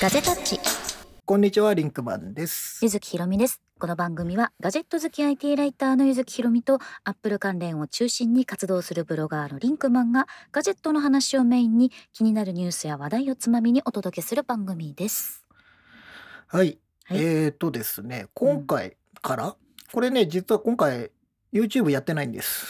ガジェタッチこんにちは、リンクマンです。ゆずきひろみですこの番組はガジェット好き IT ライターのゆずきひろみとアップル関連を中心に活動するブロガーのリンクマンがガジェットの話をメインに気になるニュースや話題をつまみにお届けする番組ですはい。はいえーとですね、今回から、これね、実は今回、YouTube やってないんです。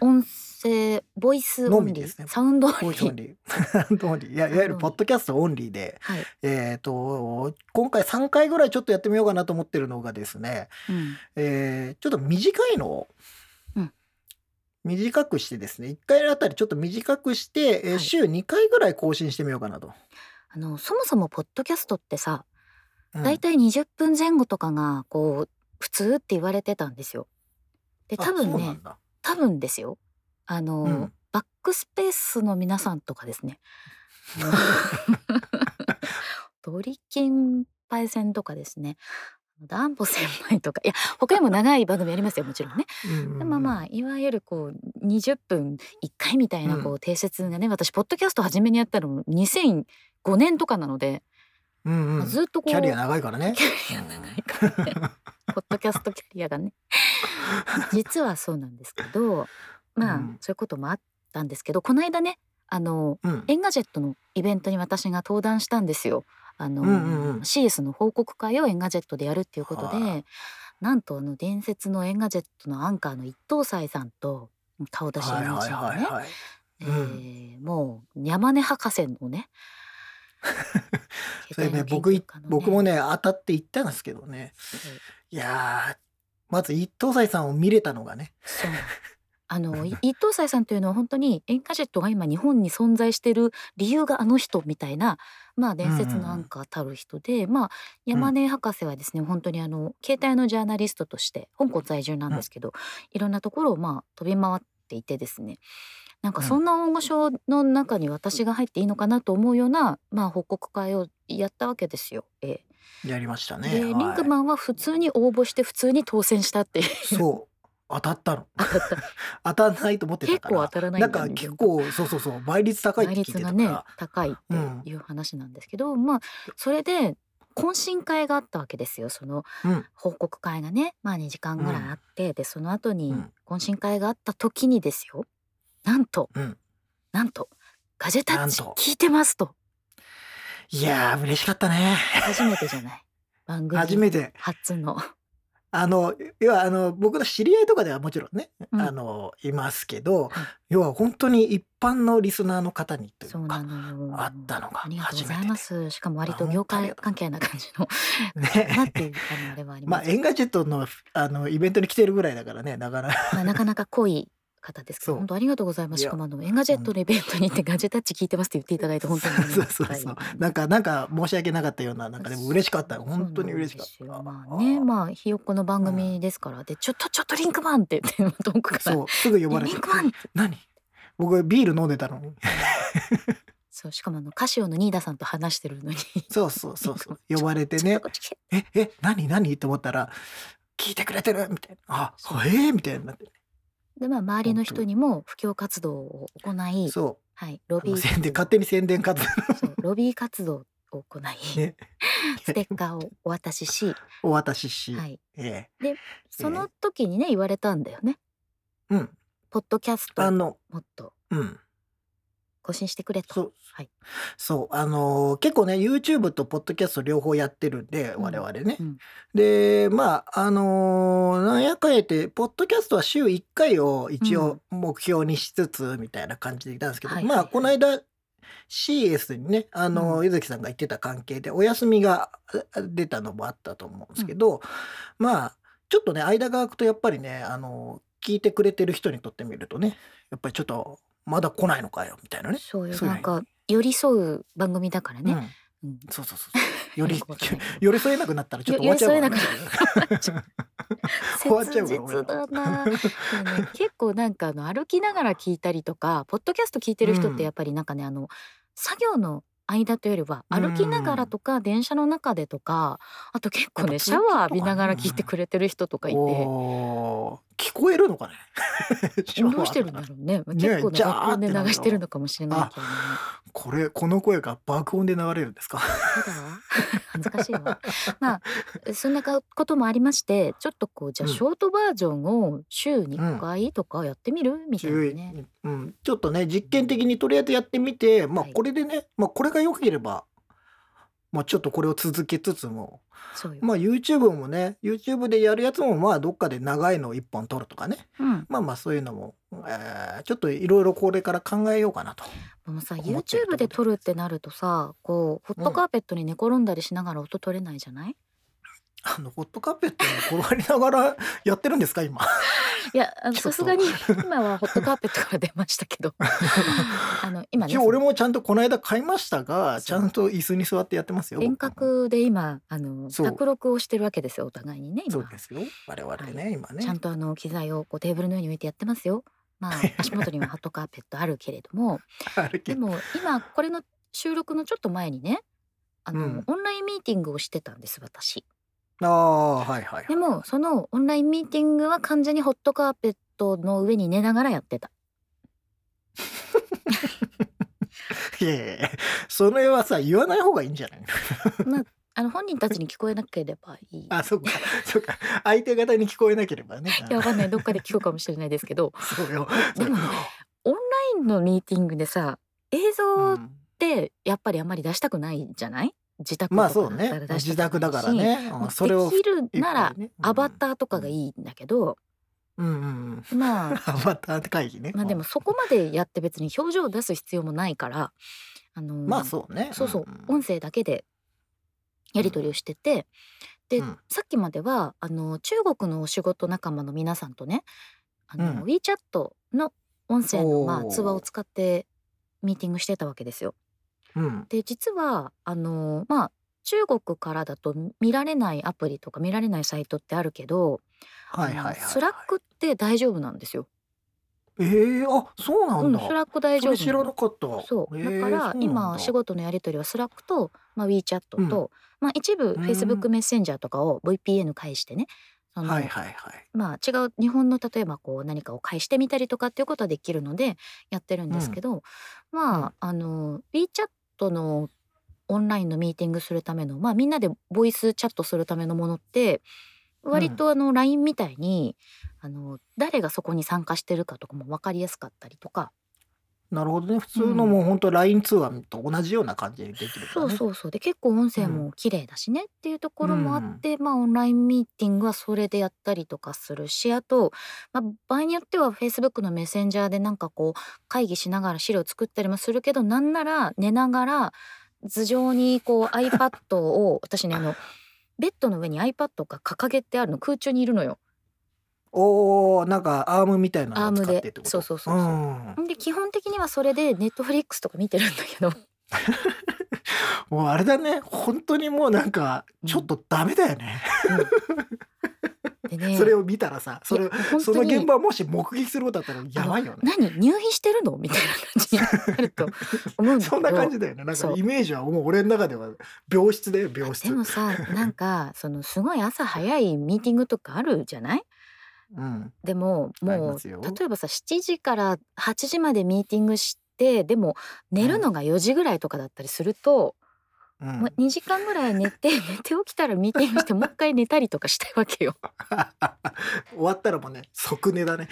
音声ボイスオのンみリー、ですねサウンドオンリオーディオーンリ ー。オンリーいやいわゆるポッドキャストオンリーで、はい、えーと、今回3回ぐらいちょっとやってみようかなと思ってるのがですね、うん、えーちょっと短いのを、うん短くしてですね、1回あたりちょっと短くして、えーはい週2回ぐらい更新してみようかなと。あのそもそもポッドキャストってさ、うんだいたい20分前後とかがこう普通って言われてたんですよで多あ分そうなね んだ。多分ですよあの、うんバックスペースの皆さんとかですねドリキンパイセンとかですねダンボ先輩とかいや他にも長い番組ありますよもちろんね、 うんでまあまあいわゆるこう20分1回みたいなこう定説がね、私ポッドキャスト初めにやったの2005年とかなので、うんうんずっとこうキャリア長いからね。キャリア長いからね ポッドキャストキャリアがね実はそうなんですけ どまあ、うんそういうこともあったんですけどこの間ねあのうん。エンガジェットのイベントに私が登壇したんですよ。あの、うんうんうん CS の報告会をエンガジェットでやるっていうことはでなんとあの伝説のエンガジェットのアンカーの一等斎さんと顔出しはいはい NG のはいねはい。えうんーもう山根博士の ねそれ携帯ねの僕研究家のね僕もね当たって言ったんですけどね。そういやーまず一等斎さんを見れたのがね。 そうなの。あのい一等斎さんというのは本当にエンカジェットが今日本に存在している理由があの人みたいな、まあ、伝説のアンカーたる人で、まあ、山根博士はですね、本当にあの携帯のジャーナリストとして香港在住なんですけど、いろんなところをまあ飛び回っていてですねなんかうんそんな大御所の中に私が入っていいのかなと思うような、まあ、報告会をやったわけですよ。ええやりましたね。ではいリンクマンは普通に応募して普通に当選したって いうそう当たったの。当たった当たらないと思って結た構か当ら。たらないなんだよかね結構そうそうそう倍率高いって倍聞いて率たかがら。ね高いっていう話なんですけど、まあそれで懇親会があったわけですよそのうん報告会がね、まあ、2時間ぐらいあって、でその後にうん懇親会があった時にですよなんとうん。なんと「ガジェタッチなんと聞いてます」といやー嬉しかったね。初めてじゃない 番初組めて初のあの要はあの僕の知り合いとかではもちろんね、うんあのいますけはどい、要は本当に一般のリスナーの方にといそううなか。のよあったのがありがとうござい初めてまですしかも割とあ業本当あり界がとう関係な感じのねなっていうあのあれはありままあ、すエンガジェットのあのイベントに来てるぐらいだからね、なかなか。まあ、なかなか濃い方ですけそど、う本当ありがとうございます。いしやかもあのエンガジェットのイベントに行ってガジェタッチ聞いてますって言っていただいて本当にありがたい。 そうそうそう。なんか、なんか申し訳なかったような、なんかでも嬉しかった。本当に嬉しかっそうた。なんですよまあね、まあひよっこの番組ですから、でちょっとちょっとリンクマンって 言って遠くからそう、すぐ呼ばれリてンク。マンって。何僕ビール飲んでたのに。そうしかもあのカシオのニーダさんと話してるのに。そうそうそ うそう。呼ばれてちょっねと。こっち来てえ、え、何何って思ったら、聞いてくれてるみたいな。あ、ええみたいになって。でまあ周りの人にも布教活動を行い、そはいロう。ビー宣伝、勝手に宣伝活 動そうロビー活動を行い、 ねステッカーをお渡しし、 を渡しし。はいえその時にね言われたんだよね。え。うん。ポッドキャストあの、もっとうん。更新してくれそと。うはい。そう、あのー結構ね YouTube とポッドキャスト両方やってるんでうん我々ね。うんでまああのーなんやかんや言ってポッドキャストは週1回を一応目標にしつつみたいな感じでいたんですけど、はいまあこの間 CS にね、あのーうん柚木さんが言ってた関係でお休みがあ出たのもあったと思うんですけど、まあちょっとね間が空くとやっぱりね、あのー聞いてくれてる人にとってみるとねやっぱりちょっとまだ来ないのかよみたいなね。そうよそうなんか寄り添う番組だからうね。んうんそうそうそう。 よりよくわかんないけ、ど寄り添えなくなったらちょっと終わっちゃうから、ね。終わっちゃ切うから実だな。でも ね結構なんかあの歩きながら聞いたりとか、ポッドキャスト聞いてる人ってやっぱりなんかねあの作業の間というよりは歩きながらとか電車の中でとか、あと結構やねっぱシャワー浴びながら聞いてくれてる人とかいて、おー聞こえるのかね どうしてるんだろうね。まあね結構なジャー爆音で流ってなるのしてるのかもしれないけれども。これこの声が爆音で流れる んですかやだわ恥ずかしい わ。まあそんなこともありましてちょっとこうじゃあうんショートバージョンを週2回とかやってみるみたいなね。うん、ちょっとね実験的にとりあえずやってみて、まあ、はいこれでね、まあ、これが良ければ、まあ、ちょっとこれを続けつつも、そうよ。まあ、YouTube もね YouTube でやるやつもまあどっかで長いのを1本撮るとかねうん。まあまあそういうのも、えーちょっといろいろこれから考えようかなと。もうさ思ってるとこ YouTube ろで撮るってなるとさこうホットカーペットに寝転んだりしながら音取れないじゃない、あのホットカーペットに転がりながらやってるんですか今いやあのちょっさとすがに今はホットカーペットから出ましたけ どあの今ね一応俺もちゃんとこの間買いましたがちそゃうんと椅子に座ってやってますよ遠隔で今あのそう卓録をしてるわけですよお互いにねそ今うですよ我々ね、今ねちゃんとあの機材をこうテーブルの上に置いてやってますよ。ま あ足元にはハットカーペットあるけれどもあるでけども今これの収録のちょっと前にねあの、うんオンラインミーティングをしてたんです私。ああはいはいでもそのオンラインミーティングは完全にホットカーペットの上に寝ながらやってた。いやいやいやそれはさ言わない方がいいんじゃないあの本人たちに聞こえなければいい。い あそっかそっか相手方に聞こえなければねやわかんないどっかで聞こうかもしれないですけどそうよでもねオンラインのミーティングでさ映像うっんてやっぱりあんまり出したくないじゃない自宅とまかあそだったうねら出し自たく宅なだいしからねもううんそれをできるならねうんアバターとかがいいんだけ ど、うんうんうんまあアバター会議ね。まあでもそこまでやって別に表情を出す必要もないからあのうんまあそうね。そうそうんん音声だけでやり取りをしてて、で、うんさっきまではあの中国のお仕事仲間の皆さんとねあの、うん WeChat の音声の、まあ、おー通話を使ってミーティングしてたわけですよ。うん。で実はあのまあ中国からだと見られないアプリとか見られないサイトってあるけど、はいはいはいはい。スラックって大丈夫なんですよ。ええあそうなうんん、だ。スラック大そ丈れ知らな夫。かった。そう、えだーから今仕。そうなんだ事のやり取りはスラックと、まあ、WeChat と、うんまあ、一部ん Facebook メッセンジャーとかを VPN 返してねその、はいはいはい。まあ、違う日本の例えばこう何かを返してみたりとかっていうことはできるのでやってるんですけど、まああの WeChat のオンラインのミーティングするための、まあ、みんなでボイスチャットするためのものって割とあの LINE みたいに、あの誰がそこに参加してるかとかも分かりやすかったりとか、なるほどね。普通のもう本当ライン通話と同じような感じでできるかそらうね。うそうそうで結構音声も綺麗だしねっていうところもあって、まあオンラインミーティングはそれでやったりとかするしあと、まあ、場合によっては Facebook のメッセンジャーでなんかこう会議しながら資料作ったりもするけどなんなら寝ながら頭上にこう iPad を私ねあのベッドの上に iPad が掲げてあるの空中にいるのよ。おおなんかアームみたいなのアーをム使ってでってこと。そうそうそうう。そうんで基本的にはそれで Netflix とか見てるんだけ どもうあれだね。本当にもうなんかちょっとダメだよね。でねそれを見たらさ、そいれや本当にその現場をもし目撃することだったらやばいよね。何入院してるのみたいな感じになる と思うんだけどそんな感じだよね。なんそかうイメージはもう俺の中では病室だよ、病室。でもさなんかそのすごい朝早いミーティングとかあるじゃないうん。でもありもまうすよ例えばさ7時から8時までミーティングしてでも寝るのが4時ぐらいとかだったりすると、うもんう2時間ぐらい寝て 寝て起きたらミーティングしてもう一回寝たりとかしたいわけよ。 終わったらもうね、即寝だね。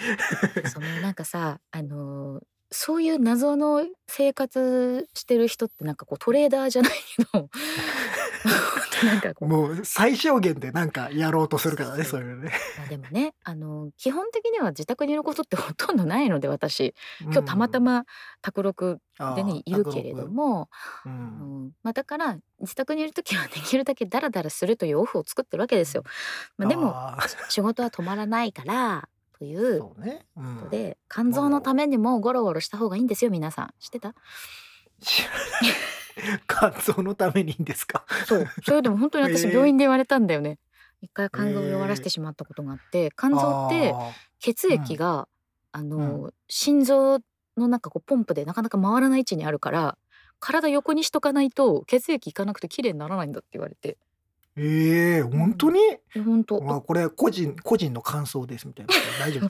そのなんかさあのーそういう謎の生活してる人ってなんかこうトレーダーじゃないけど なんかこうもう最小限でなんかやろうとするからね、そそうういうのね。まあでもね、あの基本的には自宅にいることってほとんどないので私今日たまたま宅録までね、いるけれど。も、ううんんまあ、だから自宅にいる時はできるだけダラダラするというオフを作ってるわけですよ。まあ、でもあー仕事は止まらないからというこそうね。うんとで肝臓のためにもゴロゴロした方がいいんですよ皆さん知ってた知らない肝臓のためにいいんですか。そうそれでも本当に私えー病院で言われたんだよね。一回肝臓を弱らせてしまったことがあって肝臓ってあー血液が、あの、心臓のなんかこうポンプでなかなか回らない位置にあるから体横にしとかないと血液いかなくて綺麗にならないんだって言われてええ本当に、いや本当わあこれ個人個人の感想ですみたいな大丈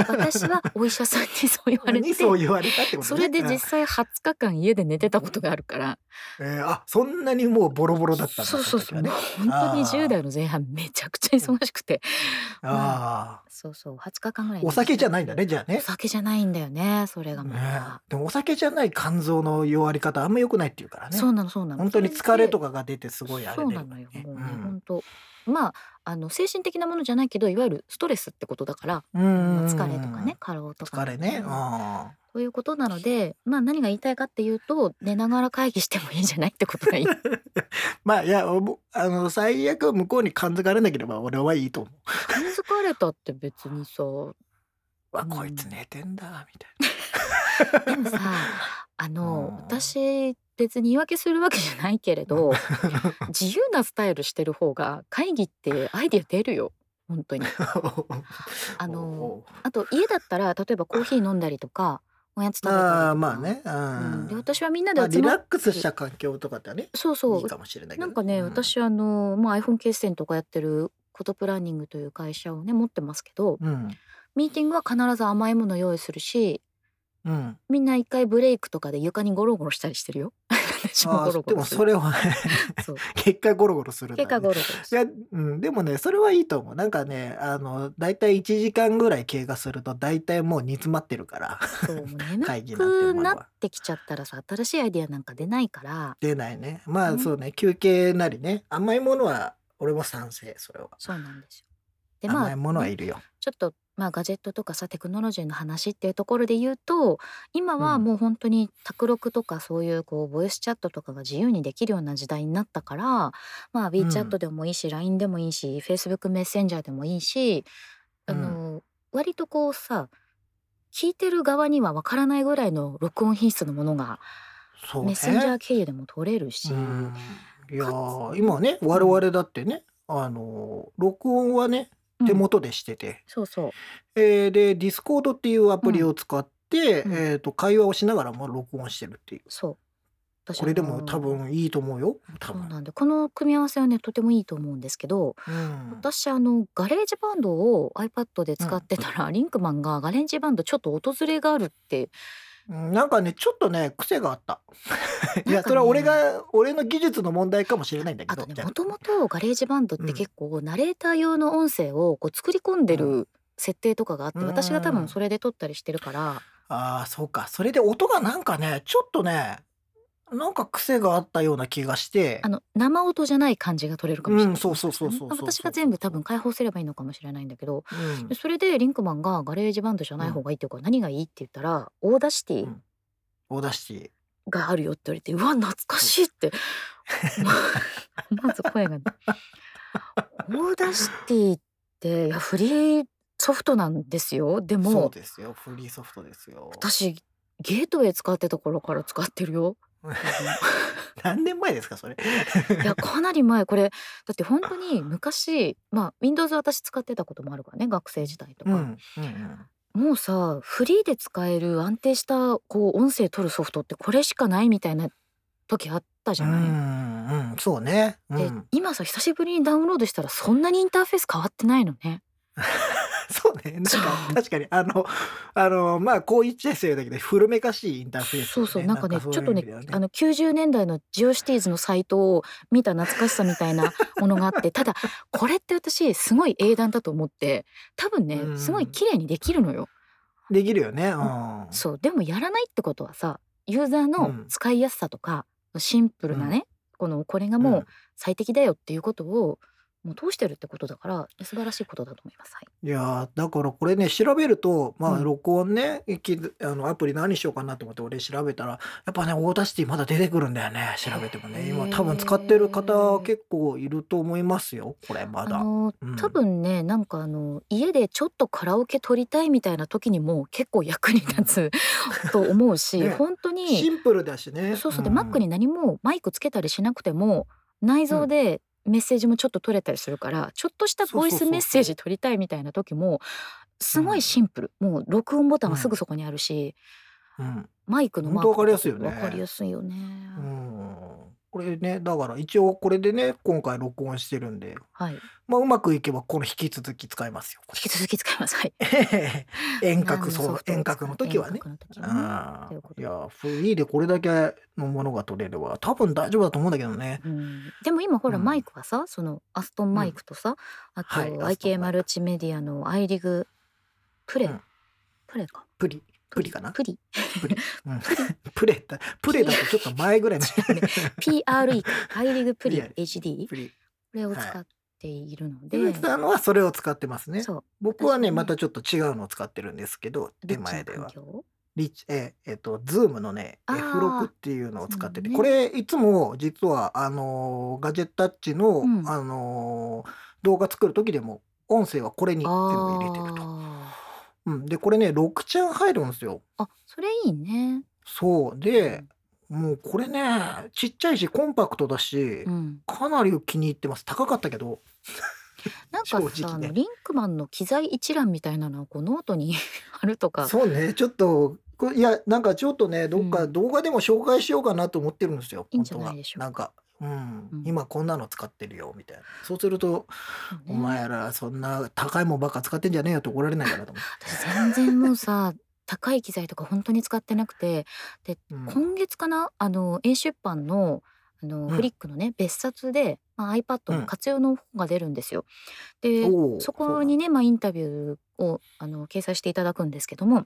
夫私はお医者さんにそう言われてにそう言われたってことねそれで実際20日間家で寝てたことがあるからえーあそんなにもうボロボロだったんだそうそうそう、の時もはねう本当にあー10代の前半めちゃくちゃ忙しくてあそうそう20日間ぐらいーお酒じゃないんだねじゃあおね酒じゃないんだよねそれがまねた、でもお酒じゃない肝臓の弱り方あんま良くないっていうからねそうなのそうなの本当に疲れとかかが出てすごいあれそうだなよのよねもうね、本当まああの精神的なものじゃないけどいわゆるストレスってことだから、うんうんうん疲れとかね過労とか疲れねあということなので、まあ、何が言いたいかっていうと寝ながら会議してもいいんじゃないってことが いいーまあいやおぼあの最悪向こうに感づかれなければ俺はいいと思感づかれたって別にさうわうんこいつ寝てんだみたいでもさあうんの私別に言い訳するわけじゃないけれ ど自由なスタイルしてる方が会議ってアイディア出るよ本当に。な あのおうあと家だったら例えばコーヒー飲んだりとかおやつ食べたりとかあーまあねううんん、で私はみんなまあ、で集リまラっックスした環境とかってねそうそういいかもしれないけどなんかね、う私あの、まあ、iPhone 決戦とかやってることプランニングという会社をね持ってますけどうんミーティングは必ず甘いもの用意するし うんみんな一回ブレイクとかで床にゴロゴロしたりしてるよ。私もあゴロゴーでロもすそる。れはねそう 結果ゴロゴロするんだね結果ゴロゴロいする。や、うん、でもね、それはいいと思う。なんかね、あの、だいたい1時間ぐらい経過すると、だいたいもう煮詰まってるから、 そうもう眠会議なんてくものなはってきちゃったらさ新しいアイディアなんか出ないから出ないね。まうあ、んそうね、休憩なりね、甘いものは、俺も賛成、それは。そうなんですよ。でま甘いあものはいるよ。ちょっとまあガジェットとかさテクノロジーの話っていうところで言うと今うはんもう本当に卓録とかそういうこうボイスチャットとかが自由にできるような時代になったからまあ WeChat でもいいし LINE でもいいし Facebook メッセンジャーでもいいしあの、割とこうさ聞いてる側にはわからないぐらいの録音品質のものがそうね。メッセンジャー経由でも取れるし、うんいやかーつ今ね、我々だってね、あの、録音はね、うん手元でしてて、そうそうえーで、Discord っていうアプリを使って、うんうんえっと、会話をしながらも録音してるっていう。そう。私これであもの多分いいと思うよ。多そう分。なんでこの組み合わせはねとてもいいと思うんですけど、うん私あのガレージバンドを iPad で使ってたら、リンクマンがガレージバンドちょっと訪れがあるってうんなんかねちょっとね癖があった。なんかいねやそれは俺が俺の技術の問題かもしれないんだけあどと。ねじゃもともとガレージバンドって結構ナレーター用の音声をこう作り込んでうる設定とかがあって、うん私が多分それで撮ったりしてるから、ああーそうかそれで音がなんかねちょっとねなんか癖があったような気がしてあ。の生音じゃない感じが取れるかもしれうない、んそうそうそうそうそうそう。私が全部多分解放すればいいのかもしれないんだけどうん。でそれでリンクマンがガレージバンドじゃない方がいいっていうから何がいいって言ったらオーダーシティオーダーシテがあるよって言われてうわ懐かしいってまず声が、ね、オーダーシティっていやフリーソフトなんですよでィ。そうもですよフリーソフトですよ。私ゲートウェイ使ってた頃から使ってるよ 何年前ですかそれ。いやかなり前これだって本当に昔まあ Windows 私使ってたこともあるからね学生時代とうんか、うんうん。もうさフリーで使える安定したこう音声取るソフトってこれしかないみたいな時あったじうゃない、んうんそうね。うで、ん。今さ久しぶりにダウンロードしたらそんなにインターフェース変わってないのね。 そうね。なんかそう確かにあのあのまあこう言っちゃいそうだけど古めかしいインターフェース、そうそうなんかねそうちょっとねいう意味ではあの90年代のジオシティーズのサイトを見た懐かしさみたいなものがあってただこれって私すごい英断だと思って多分うんねすごい綺麗にできるのよ。できるよね。うん。そうでもやらないってことはさユーザーうんの使いやすさとか、シンプルなね、このこれがうもんう最適だよっていうことをもう通してるってことだから素晴らしいことだと思います。はいいやーだからこれね調べるとまあうん録音ね、きあのアプリ何しようかなと思って俺調べたらやっぱねオーダーシティまだ出てくるんだよね調べてもね今多分使ってる方結構いると思いますよこれまあだ。のうん多分ねなんかあの家でちょっとカラオケ撮りたいみたいな時にも結構役に立つ と思うし、ね本当シにンプルだしね。そうそうで、ん Mac に何もマイクつけたりしなくても内蔵でメッセージもちょっと取れたりするから、ちょっとしたボイそスうそうそうそうメッセージ撮りたいみたいな時もすごいシンプル、もう録音ボタンがすぐそこにあるし、うんマイクのマークほんとわかりやすいよねわかりやすいよね。うんこれね、だから一応これでね、今回録音してるんで、はい。引まあうまくいけばこの引き続き使えますよ。き続き使います。はい。 遠隔何のそソうフ、トを遠隔の時は遠。ね隔の時はねあということいでや、フリーでこれだけのものが取れれば、多分大丈夫だと思うんだけどね。うんでも今ほらうんマイクはさ、そのアストンマイクとさ、あとはい IK マルチメディアのアイリグプレ、うんプレかプリ、プリかな。プリうん プレだ、プレだとちょっと前ぐらいの。 PRE かアイリ グプいリや HD こプリ。れをはい使っているので、ゆうきさんのはそれを使ってますね。そう僕はね、私ねまたちょっと違うのを使ってるんですけど、手前でどっはち。の環境リッチえーえっ、と、ズームのね、あー F6 っていうのを使ってそうて、ねこれいつも実は、あのーガジェッタッチの、うんあのー動画作る時でも、音声はこれに全部入れてると。あうん、で、これね、6チャン入るんですよ。ーあそれいいねそう。で、もうこれね、ちっちゃいし、コンパクトだし、うんかなり気に入ってます。高かったけど、なん正か直さ、あねのリンクマンの機材一覧みたいなのをこうノートに 貼るとかそうね、ちょっと、こいや、なんかちょっとね、どっかうん動画でも紹介しようかなと思ってるんですよ。いいん本じゃ当なはいでしょうかなんか、うん、うん今こんなの使ってるよみたいな。そうすると、そうねお前らそんな高いもんばっか使ってんじゃねえよって怒られないかなと思私全然もうさ高い機材とか本当に使ってなくてって。うん今月かなあの A 出版のあの、んフリックのね別冊で、まあ、iPad うんの活用の本が出るんですよ。でおうそこにね、まあ、インタビューをあの掲載していただくんですけども、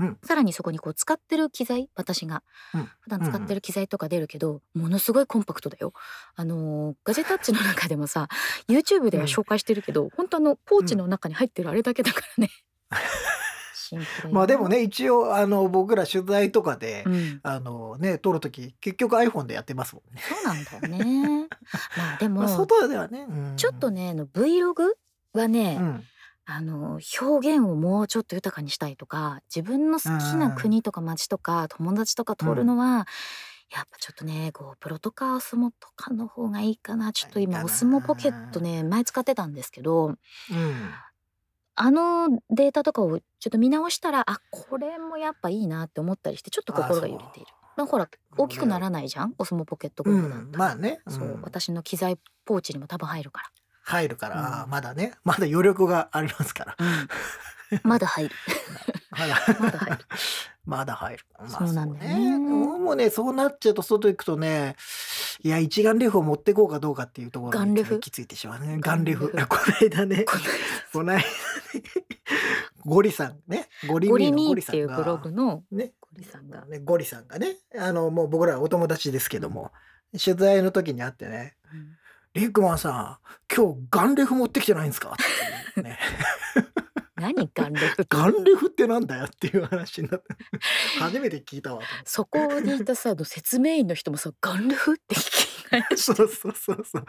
うんさらにそこにこう使ってる機材私が、うん普段使ってる機材とか出るけど、ものすごいコンパクトだよ。あのーガジェタッチの中でもさ YouTube では紹介してるけど、本当あのポーチの中に入ってるあれだけだから ね。シンプルよまあでも、ね、一応、あの、僕ら取材とかで、うん、あのね、撮るとき、結局 iPhone でやってますもんね。そうなんだよ ね。まあでも、まあ、外ではね、うんちょっと、ねあの Vlog はね、うん、あの表現をもうちょっと豊かにしたいとか自分の好きな国とか街とか友達とか撮るのは、やっぱちょっとね GoPro とか OSMO とかの方がいいかなちょっとい今いかな OSMO ポケットね前使ってたんですけどうん。あのデータとかをちょっと見直したらあこれもやっぱいいなって思ったりしてちょっと心が揺れている。まあほら大きくならないじゃん OSMO ポケットうぐらいだっん、たら、まあね、うんそう私の機材ポーチにも多分入るか入るから、あーうんまだね、まだ余力がありますから。ら、 まだ入るまだまだ入る まだ入る。まそうなんだよねそうでももうね、そうなっちゃうと外行くとね、いや、一眼レフを持ってこうかどうかっていうところガにンレ行フき着いてしまうね。ガンレフ。 ガンレこの間ね、このこの間ね、ゴリさんね、ゴリゴミリーのミゴーリっさていんうブロが、グのね、ゴリさんが、ねゴリさんがね、あの、もう僕らお友達ですけども、取材の時に会ってね、リックマンさん、今日ガンレフ持ってきてないんですかっていうね何ガンレフガンレフってなんだよっていう話に なって、初めて聞いたわと思って。そこにいたさあの説明員の人もさガンレフって聞き返しそうそうそうそう。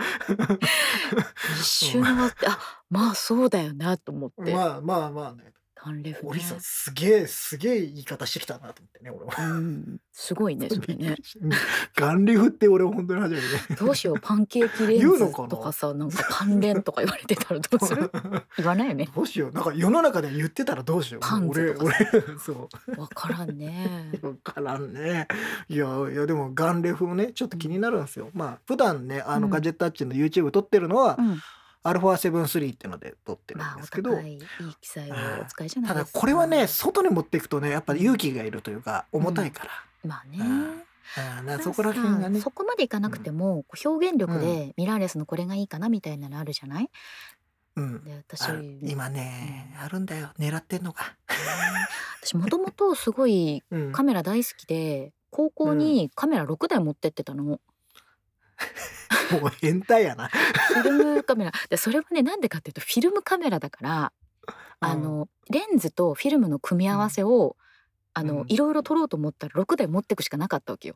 一瞬終わってあまあそうだよなと思って、まあまあまあね。ガンレフおねりさんすげえすげえ言い方してきたなと思ってね、俺は。うん、すごいねそれねうんガンリフって俺本当に初めてね。どうしようパンケーキレ言ンうのズかなとかさなんか関連とか言われてたらどうする言わないよね どうしよう。なんか世の中で言ってたらどうしよう。パン俺ツと俺 かそわからん ねう。わからんね。いやいやでもガンレフもねちょっと気になるんですよ。まあ普段ねあのうんガジェットタッチの YouTube 撮ってるのはうん、アルファ73っていうので撮ってるまんあでおすけど互。いいい機材をお使いじゃないたでだすかこれはね外に持っていくとねやっぱり勇気がいるというか重たいから、まあね、うんああなプラスそこら辺がねさそこまでいかなくても、こう表現力でミラーレスのこれがいいかなみたいなのあるじゃない、うんで私ある今ね、うんあるんだよ狙ってんのが、私もともとすごいうんカメラ大好きで高校にカメラ6台持ってってたの、 もう変態やな、フィルムカメラでそれもねなんでかっていうとフィルムカメラだから、あのレンズとフィルムの組み合わせを、あうのんいろいろ撮ろうと思ったら6台持ってくしかなかったわけよ。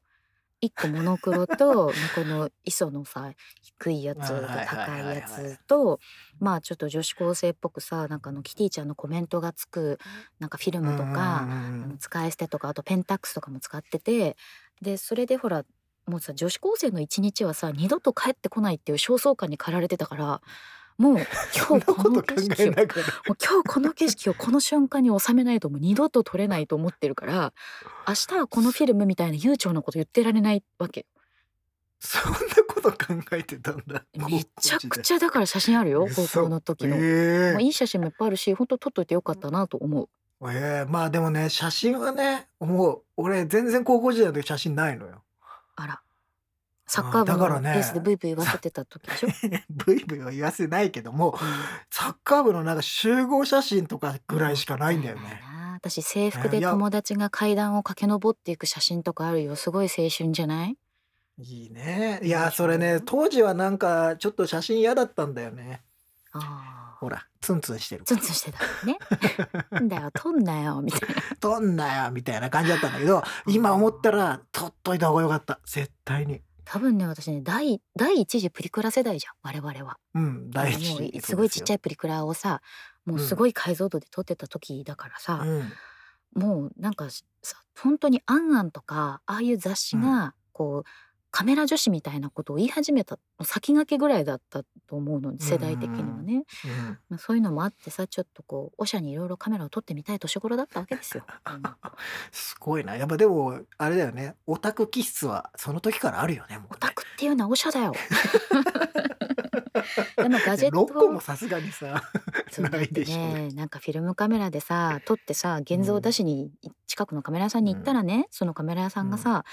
1個モノクロ とこの ISO のさ低いやつとはいはい高はいいはいやつとまあちょっと女子高生っぽくさなんかあのキティちゃんのコメントがつくなんかフィルうんムとか、うんあの使い捨てとかあとペンタックスとかも使っててでそれでほらもうさ女子高生の一日はさ二度と帰ってこないっていう焦燥感に駆られてたから もうそ今んな日こことの考景え色をもながらう今日この景色をこの瞬間に収めないともう二度と撮れないと思ってるから明日はこのフィルムみたいな悠長なこと言ってられないわけそんなこと考えてたんだ。 めちゃくちゃだから写真あるよ 嘘高校の時の、えまあ、えいい写真もいっぱいあるし本当撮っといてよかったなと思うええまあでもね写真はねもう俺全然高校時代の時写真ないのよ。 あらサッカー部だからのねレースでブイブイ言わせてた時 でしょ、ブイブイは言わせないけどもサッカー部のなんか集合写真とかぐらいしかないんだよね。な私制服ねでいや友達が階段を駆け上っていく写真とかあるよすごい青春じゃないいいね。いやそれね当時はなんかちょっと写真嫌だったんだよね。ああほらツンツンしてるツンツンしてたもんね なんだよ撮んなよみたいな撮んなよみたいな感じだったんだ けど今思ったら撮っといた方がよかった絶対に。多分ね私ね第第一次プリクラ世代じゃん我々はうん第一もうにすごいちっちゃいプリクラをさもうすごい解像度で撮ってた時だからさ、うんもうなんかさ本当に「あんあん」とかああいう雑誌がこう、カメラ女子みたいなことを言い始めた先駆けぐらいだったと思うの世代的にもね、うんまあ、そういうのもあってさちょっとこうおしゃにいろいろカメラを撮ってみたい年頃だったわけです よ。うんすごいな。やっぱでも、あれだよね。オタク気質はその時からあるよね。もオうタね。クっていうのはおしゃだ よ。でもガジェット6個もさすがにさ。そうだっないてでしょうねなんかフィルムカメラでさ撮ってさ現像出しに近くのカメラ屋さんに行ったらね、そのカメラ屋さんがさ、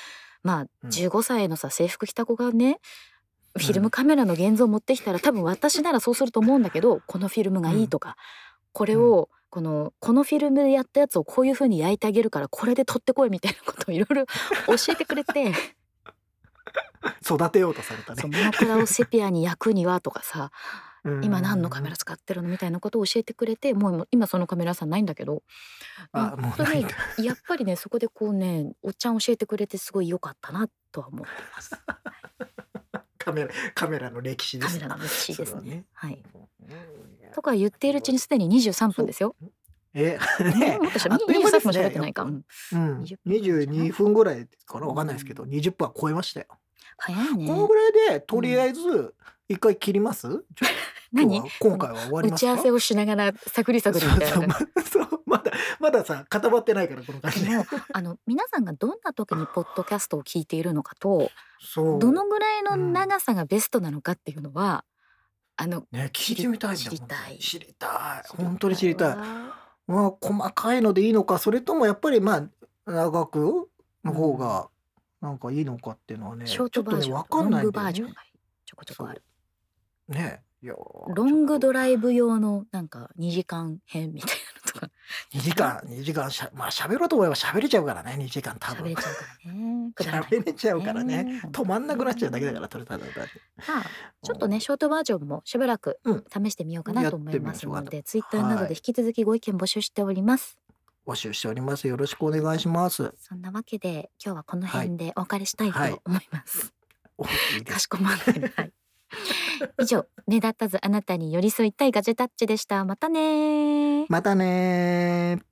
まあうん15歳のさ制服着た子がねうんフィルムカメラの現像持ってきたら多分私ならそうすると思うんだけどこのフィルムがいいとか、これをこのこのフィルムでやったやつをこういう風に焼いてあげるからこれで撮ってこいみたいなことをいろい ろ教えてくれて育てようとされたそうね。モノクラをセピアに焼くにはとかさうん今何のカメラ使ってるのみたいなことを教えてくれてもう今そのカメラ屋さんないんだけどあ、もうないんだ。やっぱりねそこでこうねおっちゃん教えてくれてすごい良かったなとは思うカメラ、カメラの歴史でカすメね。ラの歴史ですねそれはねはい。うんいやとか言っているうちにすでに23分ですよ。え、 ねね、もっとしたあっという間で23す分ねしか喋ってないか。うんうん、 20 22分ぐらいかなわかんないですけど、20分は超えましたよ。早いこのねぐ。らいで、とりあえず、一回切りますじゃあ今日 何は今回は終わり打ますちか合わせをしながら探り探りみたいな感じ。そうそうまそうまだまださ固まってないからこの感じもうあの皆さんがどんな時にポッドキャストを聞いているのかとそうどのぐらいの長さがベストなのかっていうのは、あのね聞いてみたいんだ知りたい知りたい本当に知りたわいまあ細かいのでいいのかそれともやっぱりまあ長くの方がなんかいいのかっていうのはねショートバージョンちょっとねわかんロなンいグんだよバーねジョンがちょこちょこある。ねいやロングドラライブ用のなんか2時間編みたいなのとか2時間2時間しゃまあ喋ろうと思えば喋れちゃうからね2時間多喋分れちゃうからね。くだらない 喋れちゃうからね本当止まんなくなっちゃうだけだから取れたらだってまあちょっとねショートバージョンもしばらくうん試してみようかなと思いますやのってで、みましょうかとツイッターなどで引き続きご意見募集しております。募集しておりますよろしくお願いしますそんなわけで今日はこの辺でお別れしたいと思い ます。おいいですかしこまってる。はい。以上目立たずあなたに寄り添いたいガジェタッチでした。またねー。またねー